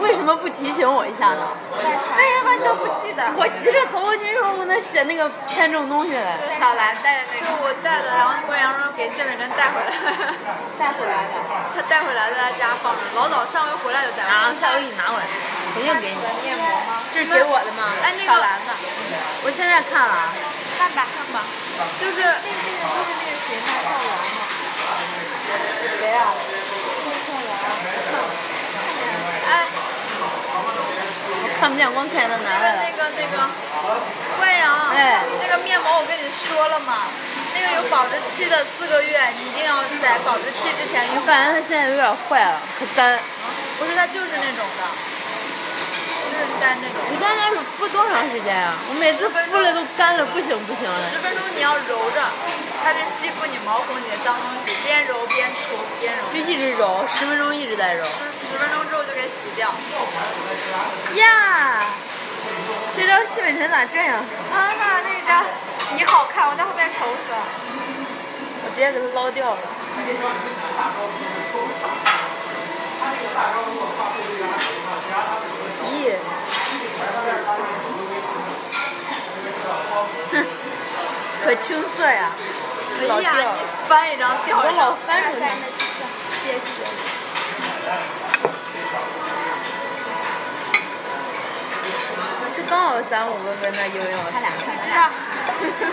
[SPEAKER 2] 为什么不提醒我一下呢？
[SPEAKER 1] 为什么你都不记得？
[SPEAKER 2] 我急着走过去的时候，我能写那个签证东西来。
[SPEAKER 1] 小兰带的那个，就我带的，然后郭阳说给谢美珍带回来，
[SPEAKER 6] 哎
[SPEAKER 2] 带回来的。
[SPEAKER 1] 他带回来在他家放着，老早上回回来就带回来。
[SPEAKER 2] 啊，下回给你拿过来，肯定给你。
[SPEAKER 1] 面膜吗？
[SPEAKER 2] 这是给我的吗？
[SPEAKER 1] 哎，那
[SPEAKER 2] 小
[SPEAKER 1] 个
[SPEAKER 2] 兰的。我现在看了啊，
[SPEAKER 1] 看吧看吧，就是那个就是那个谁卖赵兰吗？谁呀？赵兰。哎，
[SPEAKER 2] 我看不见，光看见他
[SPEAKER 1] 那
[SPEAKER 2] 拿
[SPEAKER 1] 个
[SPEAKER 2] 来
[SPEAKER 1] 那
[SPEAKER 2] 了。
[SPEAKER 1] 个那个，郭阳，
[SPEAKER 2] 哎
[SPEAKER 1] 那个面膜我跟你说了嘛，那个有保质期的四个月，你一定要在保质期之前用
[SPEAKER 2] 我。感觉它现在有点坏了，可干。
[SPEAKER 1] 不是，它就是那种的，就是在那种
[SPEAKER 2] 你刚开始敷多长时间啊？我每次敷了都干了，不行不行了。
[SPEAKER 1] 十分钟你要揉着，它是吸附你毛孔里的脏东西，边揉边出边揉，
[SPEAKER 2] 就一直揉，十分钟一直在揉。
[SPEAKER 1] 十十分钟之后就给洗掉。
[SPEAKER 2] 呀，这招西北辰咋这样？
[SPEAKER 4] 啊，那那张你好看，我在后面愁死了。
[SPEAKER 2] 我直接给它捞掉了。咦， 哼，可青涩呀，老掉了。
[SPEAKER 1] 翻一张掉
[SPEAKER 2] 我
[SPEAKER 1] 上，
[SPEAKER 2] 老翻出去。这刚好三五个跟那游泳，他俩
[SPEAKER 6] 你知道，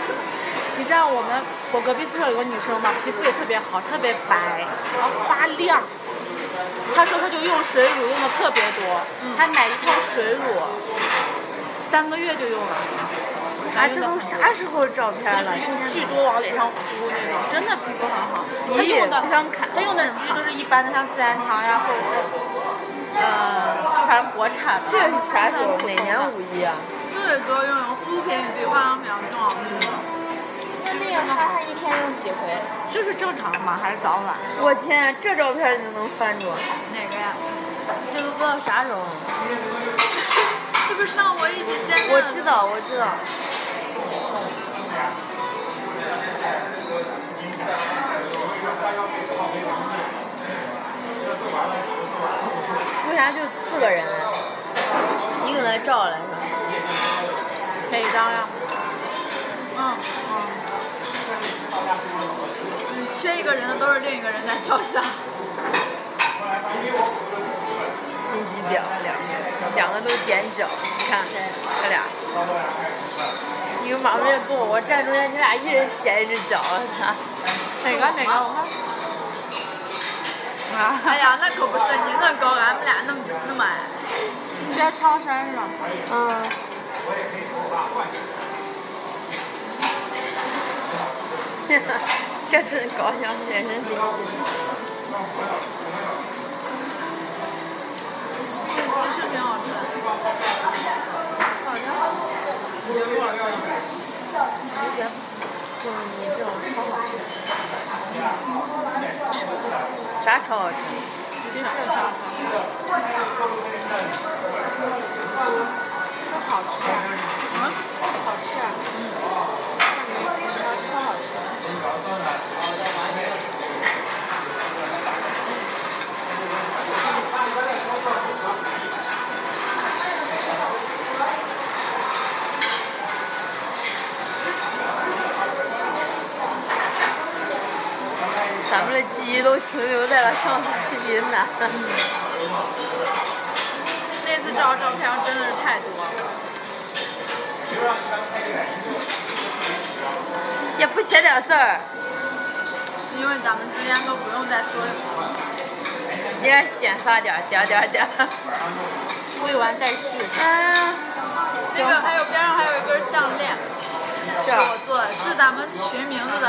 [SPEAKER 6] 你知道我们我隔壁宿舍有个女生嘛，皮肤也特别好，特别白，然后发亮。她说她就用水乳用的特别多，她买一套水乳，三个月就用了。
[SPEAKER 2] 啊，这都啥时候照片
[SPEAKER 6] 就是
[SPEAKER 2] 了？
[SPEAKER 6] 用巨多往脸上糊那种，真的皮肤很好。她
[SPEAKER 2] 咦
[SPEAKER 6] 用的
[SPEAKER 2] 非常卡
[SPEAKER 6] 她用的其实都是一般的，像自然堂呀，或者是，呃，就反正国产的。
[SPEAKER 2] 这是啥时候？
[SPEAKER 6] 普通
[SPEAKER 2] 哪
[SPEAKER 6] 的
[SPEAKER 2] 年五一啊？
[SPEAKER 1] 就得多用用护肤品比哦化妆品要重要多了。
[SPEAKER 4] 那那个他他一天用几回？
[SPEAKER 6] 就是正常嘛，还是早晚？
[SPEAKER 2] 我天，这照片你都能翻出来？
[SPEAKER 1] 哪个呀？
[SPEAKER 2] 这都不知道啥时候。
[SPEAKER 1] 这不是上我一起见面
[SPEAKER 2] 我
[SPEAKER 1] 的
[SPEAKER 2] 知道，我知道。为啥就四个人啊？你给他照来着？
[SPEAKER 6] 哪张
[SPEAKER 2] 啊
[SPEAKER 6] 呀？
[SPEAKER 1] 嗯嗯，缺一个人的都是另一个人在照相。
[SPEAKER 2] 心机婊，两个，两个都踮脚。你看，这俩，一个马面跟我，我站中间，你俩一人踮一只脚，啊！
[SPEAKER 6] 哪个哪个？我看。啊。
[SPEAKER 1] 哎呀，那可不是，你那么高，俺们俩那么那么矮。
[SPEAKER 6] 你在苍山是吧？
[SPEAKER 2] 嗯。 这真搞笑，人真得
[SPEAKER 1] 其实挺好吃的。
[SPEAKER 2] 就是你这种超好吃。啥超好吃？
[SPEAKER 1] 我
[SPEAKER 2] 记忆都停留在了上次去云南。
[SPEAKER 1] 那次照的照片真的是太多了，
[SPEAKER 2] 也不写点字儿，
[SPEAKER 1] 因为咱们之间都不用再说什么。
[SPEAKER 2] 应该点仨点儿点儿点儿点儿。
[SPEAKER 6] 未完待续。
[SPEAKER 2] 哎
[SPEAKER 6] 嗯
[SPEAKER 2] 呀，
[SPEAKER 1] 那个还有边上还有一根项链，
[SPEAKER 2] 这
[SPEAKER 1] 是
[SPEAKER 2] 儿
[SPEAKER 1] 我做的，是咱们群名字的。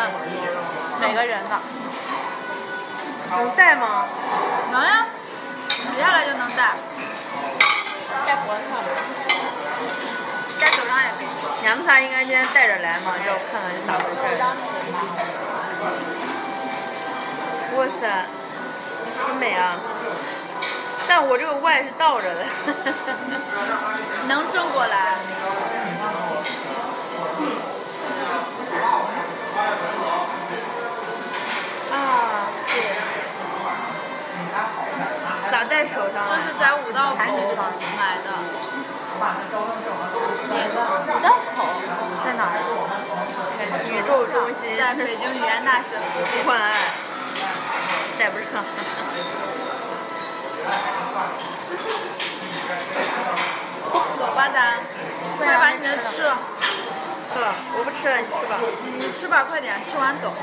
[SPEAKER 6] 每个人的，
[SPEAKER 2] 能带吗？
[SPEAKER 1] 能呀，取下来就能戴，
[SPEAKER 6] 在脖子上。
[SPEAKER 1] 戴手上也可以。
[SPEAKER 2] 你们仨应该今天带着来嘛，让我看看是咋回事儿。哇塞，真美啊！但我这个 Y 是倒着的。
[SPEAKER 1] 能正过来。
[SPEAKER 2] 啊，对。咋戴手上
[SPEAKER 1] 这
[SPEAKER 2] 啊？
[SPEAKER 1] 是在五道口买的，
[SPEAKER 6] 你的口在哪儿啊？
[SPEAKER 2] 宇宙中心
[SPEAKER 1] 在北京语言大学附近。
[SPEAKER 2] 换爱，戴不上。
[SPEAKER 1] 走吧，咱
[SPEAKER 6] 对
[SPEAKER 1] 快
[SPEAKER 6] 啊
[SPEAKER 1] 把你的吃了，
[SPEAKER 2] 吃了，我不吃了，你吃吧。
[SPEAKER 1] 你吃吧，快点，吃完走。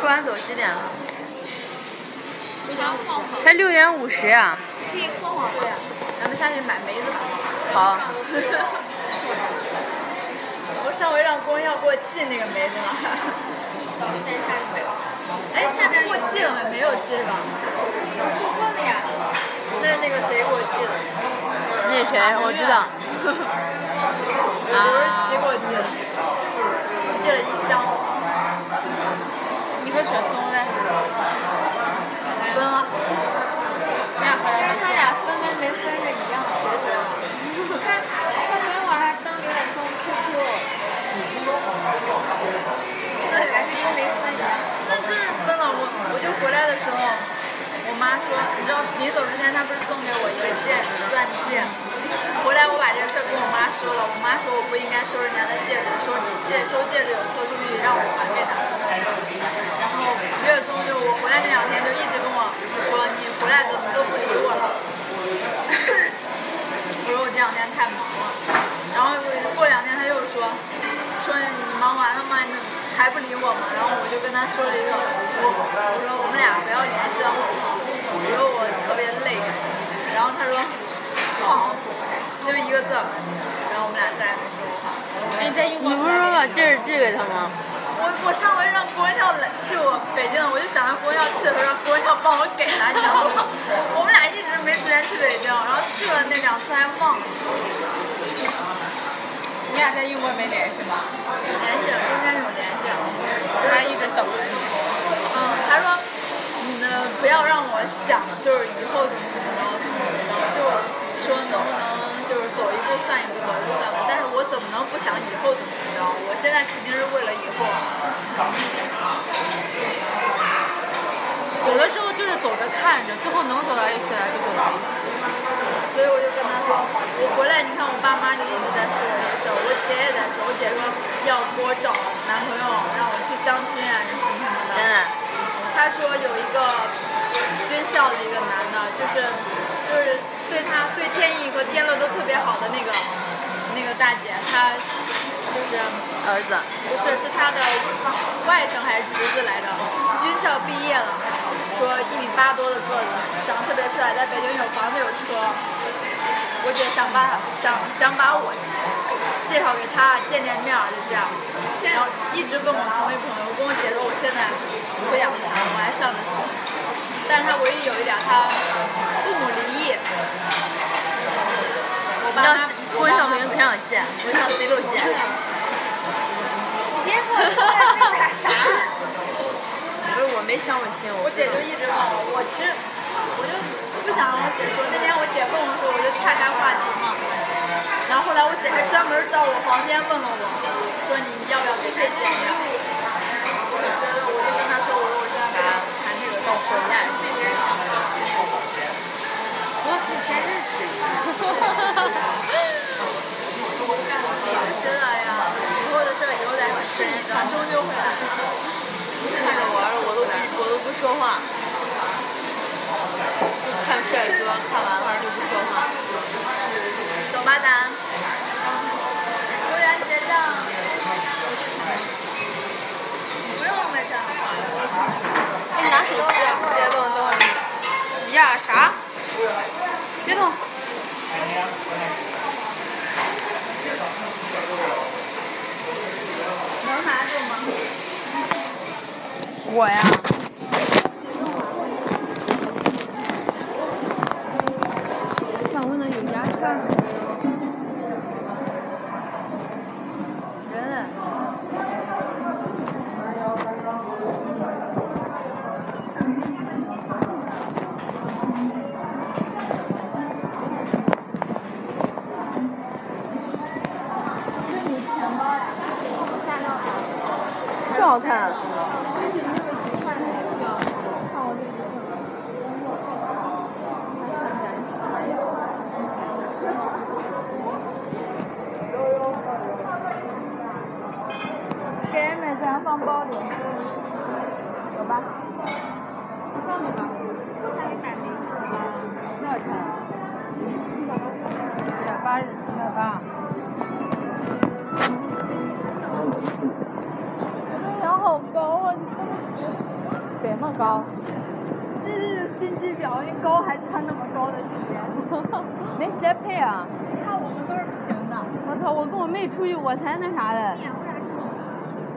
[SPEAKER 2] 吃完走几点了？才六点五十呀、
[SPEAKER 1] 咱们下去买梅子吧。
[SPEAKER 2] 好，
[SPEAKER 1] 我上回让公要给我寄那个梅子了。 哎，夏天给我寄了没？没有寄是吧？我送货的呀。那是那个谁给我寄的？
[SPEAKER 2] 那谁，哎我知道。
[SPEAKER 1] 刘瑞奇给我寄的，寄了一箱。
[SPEAKER 6] 你和雪松嘞？
[SPEAKER 1] 分了。
[SPEAKER 6] 你俩回来没见？
[SPEAKER 4] 俩分跟没分是一样的。他他昨天晚上跟刘远松 QQ，这个还是跟没分一样。
[SPEAKER 1] 那就是分了我，我就回来的时候，我妈说，你知道临走之前她不是送给我一个戒指钻戒，回来我把这个事儿跟我妈说了，我妈说我不应该收人家的戒指，说戒收戒指有特殊意义，让我还给她。然后刘雪松就我回来那两天就一直跟我说，你回来怎么都不理我了？我说我这两天太忙了，然后过两天他又说，说你忙完了吗？你还不理我吗？然后我就跟他说了一个，我我说我们俩不要联系了，好不好？我说我特别累，然后他说好，就一个字儿，然后我们俩再也没说过话。
[SPEAKER 6] 哎，你在英国
[SPEAKER 2] 你不是说把戒指寄给他吗？
[SPEAKER 1] 我我上回让郭文耀来去我北京，我就想让郭文耀去的时候让郭文耀帮我给他，你知道吗？我们俩一直没时间去北京，然后去了那两次还忘了
[SPEAKER 6] 你俩在英国没联系吧？
[SPEAKER 1] 联系了，中间有联系了。
[SPEAKER 6] 他一直等着你。
[SPEAKER 1] 嗯，他说你呢不要让我想，就是以后怎么怎么着怎么怎么着，就是说能不能就是走一步算一步，走一步算一步。但是我怎么能不想以后怎么怎么着？我现在肯定是为了以后。
[SPEAKER 6] 有的时候就是走着看着，最后能走到一起了就走到一起。
[SPEAKER 1] 所以我就跟他说，我回来，你看我爸妈就一直在说我这个事儿，我姐也在说，我姐说要给我找男朋友，让我去相亲啊，什么什么的
[SPEAKER 2] 真。的，
[SPEAKER 1] 他说有一个军校的一个男的，就是就是对他对天意和天乐都特别好的那个那个大姐，她就是
[SPEAKER 2] 儿子。
[SPEAKER 1] 不是是她的外甥还是侄子来着，军校毕业了，说一米八多的个子，长得特别帅，在北京有房子有车。我姐想把想想把我介绍给他见见面儿，就这样。然后一直跟我同一朋友，我跟我姐说我现在不想谈，我还上着学。但是她唯一有一点，她父母离异。我
[SPEAKER 2] 你
[SPEAKER 1] 爸
[SPEAKER 2] 让
[SPEAKER 1] 妈，我
[SPEAKER 2] 郭
[SPEAKER 1] 爸
[SPEAKER 2] 晓
[SPEAKER 1] 妈
[SPEAKER 2] 明可想见，我想谁都见。
[SPEAKER 4] 你别跟我说了，这打啥？
[SPEAKER 2] 不是我没相过亲，
[SPEAKER 1] 我姐就一直问我，我其实我就不想让我姐说。那天我姐问我说，我就岔开话题嘛。然后后来我姐还专门到我房间问了我，说你要不要跟谁见面？我觉得我就跟她说，我说我现在没有谈这个事儿。
[SPEAKER 6] 我以前认识一个。
[SPEAKER 1] 我觉得哎呀，以后的事儿以后再说，传终究会来。
[SPEAKER 2] 看着我，我都不我都不说话。歌看完了就不说话。
[SPEAKER 4] 走吧，咱。服务员结账。不用了，这样。
[SPEAKER 2] 给你拿手机啊，别动，等会儿。呀，啥？别动。
[SPEAKER 4] 能拿住吗？
[SPEAKER 1] 我呀，想问的有牙签儿吗？这好看。
[SPEAKER 4] 给买咱放包里。走吧。放里吧。我想给买
[SPEAKER 1] 多少钱啊？一百八，一百八。
[SPEAKER 4] 墙好高啊！你看
[SPEAKER 1] 怎么高？
[SPEAKER 4] 这是心机婊，一高还穿那么高的鞋。
[SPEAKER 1] 没鞋配啊！
[SPEAKER 4] 你看我们都是平的。
[SPEAKER 1] 我操！我跟我妹出去，我才那啥嘞。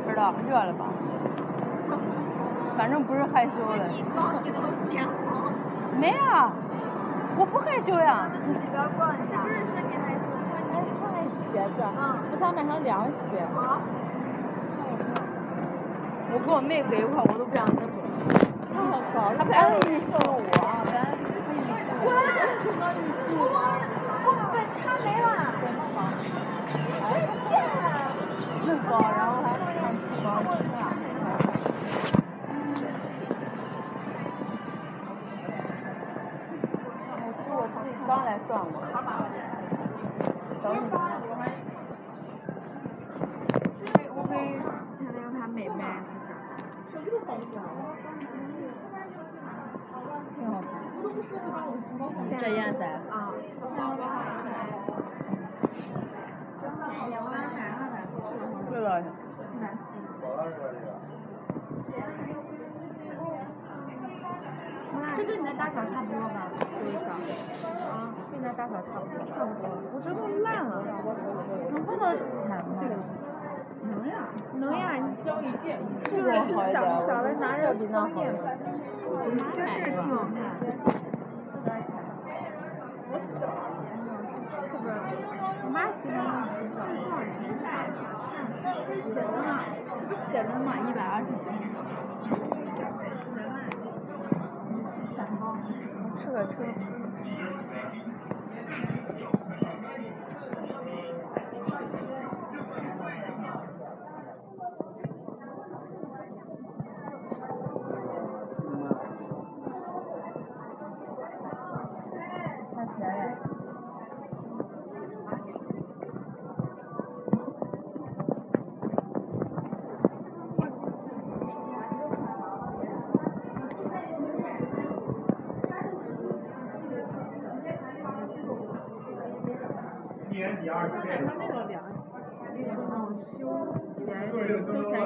[SPEAKER 1] 不知道，热了吧？反正不是害羞了。
[SPEAKER 7] 高级都见过。
[SPEAKER 1] 没啊，我不害羞呀。
[SPEAKER 4] 自己边逛一下。是不是说你还
[SPEAKER 1] 哎，上面鞋子，我想买双凉鞋。我跟我妹搁一块儿，我都不想那种。太高了，她不你送我，咱
[SPEAKER 7] 滚！我我本他没了。你真贱啊！
[SPEAKER 1] 那么高，然后还还高。是我自己刚来算的。等你。
[SPEAKER 4] 我给前男友他妹妹他讲。
[SPEAKER 1] 这样噻。
[SPEAKER 4] 啊。
[SPEAKER 1] 这倒是。
[SPEAKER 4] 这跟你的大小差不多吧？有一条。啊，跟你的大小差不多。差不多。我这都烂了。能碰到钱吗？能呀。能呀，你交一件。就是小小的拿着方便嘛。真是挺好看。我妈喜欢买这个，写着呢，这不写着呢吗？一百二十斤。吃个车。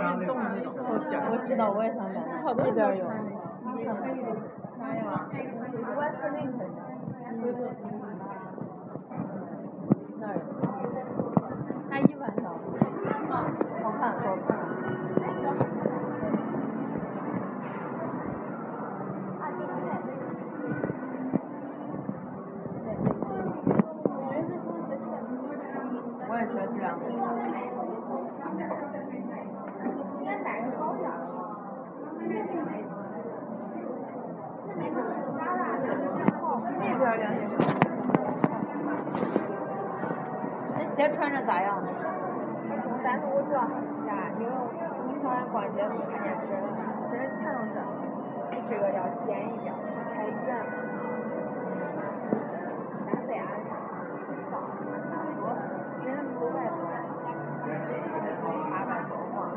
[SPEAKER 4] 我知道，我也想买，好多这边有。哪有？那一晚上。好看，好看。我也觉得这两个。那鞋穿着咋样？咱屋这很大，因为你想来逛街，看见只能只能看到这，这个要尖一点，太远了。咱在安上，我真走外头，爬外头逛。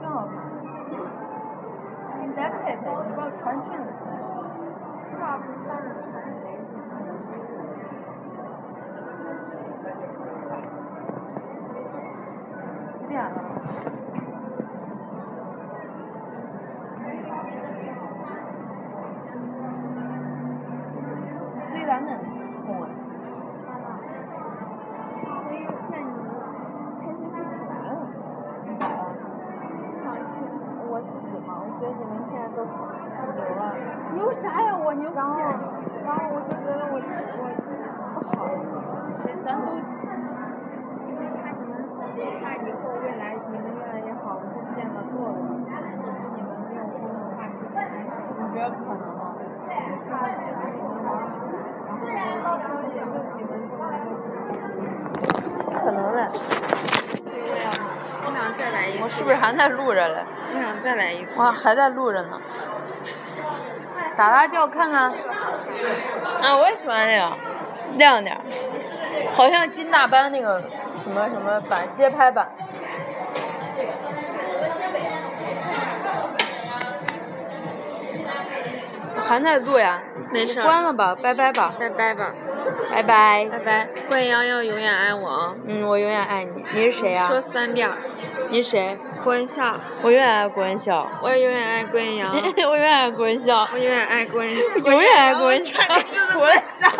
[SPEAKER 1] 挺好看。你宅配，不要传裙子。
[SPEAKER 4] 我
[SPEAKER 2] 几点了？虽然呢，红啊。
[SPEAKER 4] 嗯所以见你们开心不起来了。想我自己嘛，我觉得你们现在都很牛啊了。牛啥呀？我牛然后，然后我就觉得我我不好，谁咱都。怕你们，怕以后未来你们越来越好，我就见得多了。你们没有共同话题，你觉得可能吗？怕就是你们玩儿，然后到时候也就你们这么一个集体。
[SPEAKER 1] 可能嘞。
[SPEAKER 4] 我想再来一
[SPEAKER 1] 我是不是还在录着嘞？
[SPEAKER 4] 我想再来一次。
[SPEAKER 1] 我还在录着呢。打打叫看看。啊，我也喜欢那个，亮点儿，好像金大班那个什么什么版街拍版。我还在录呀，
[SPEAKER 4] 没事
[SPEAKER 1] 你关了吧，拜拜吧，
[SPEAKER 4] 拜拜吧，
[SPEAKER 1] 拜拜。
[SPEAKER 4] 拜拜。桂瑶要永远爱我啊！
[SPEAKER 1] 嗯，我永远爱你。你是谁呀、
[SPEAKER 4] 说三遍儿。
[SPEAKER 1] 你是谁？
[SPEAKER 4] 郭恩笑，
[SPEAKER 1] 我永远爱郭恩笑。
[SPEAKER 4] 我也永远爱郭恩瑶，
[SPEAKER 1] 我永远爱郭恩笑。
[SPEAKER 4] 我永远爱郭恩。
[SPEAKER 1] 永远爱郭恩笑，郭恩笑，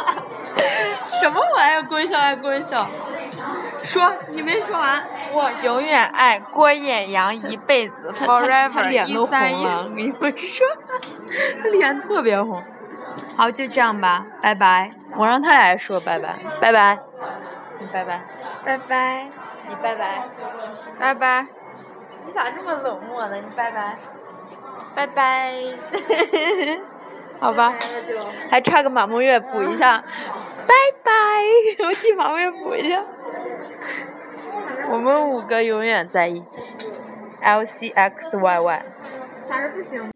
[SPEAKER 1] 什么玩意儿？郭恩笑爱郭恩笑，说你没说完。我永远爱郭艳阳一辈子
[SPEAKER 2] 他
[SPEAKER 1] ，forever
[SPEAKER 2] 脸都
[SPEAKER 1] 一
[SPEAKER 2] 红了
[SPEAKER 1] 三一四。 你们说，他脸特别红。好，就这样吧，拜拜。我让他俩说拜拜，拜拜，你拜拜，
[SPEAKER 4] 拜拜，
[SPEAKER 1] 你拜拜，
[SPEAKER 4] 拜拜，
[SPEAKER 1] 你咋这么冷漠呢？你拜拜，
[SPEAKER 4] 拜拜。
[SPEAKER 1] 好吧。
[SPEAKER 4] 那就
[SPEAKER 1] 还差个马梦月补一下， 拜拜， 我替马梦月补一下。我们五个永远在一起，L C X Y Y。
[SPEAKER 4] 还是不行。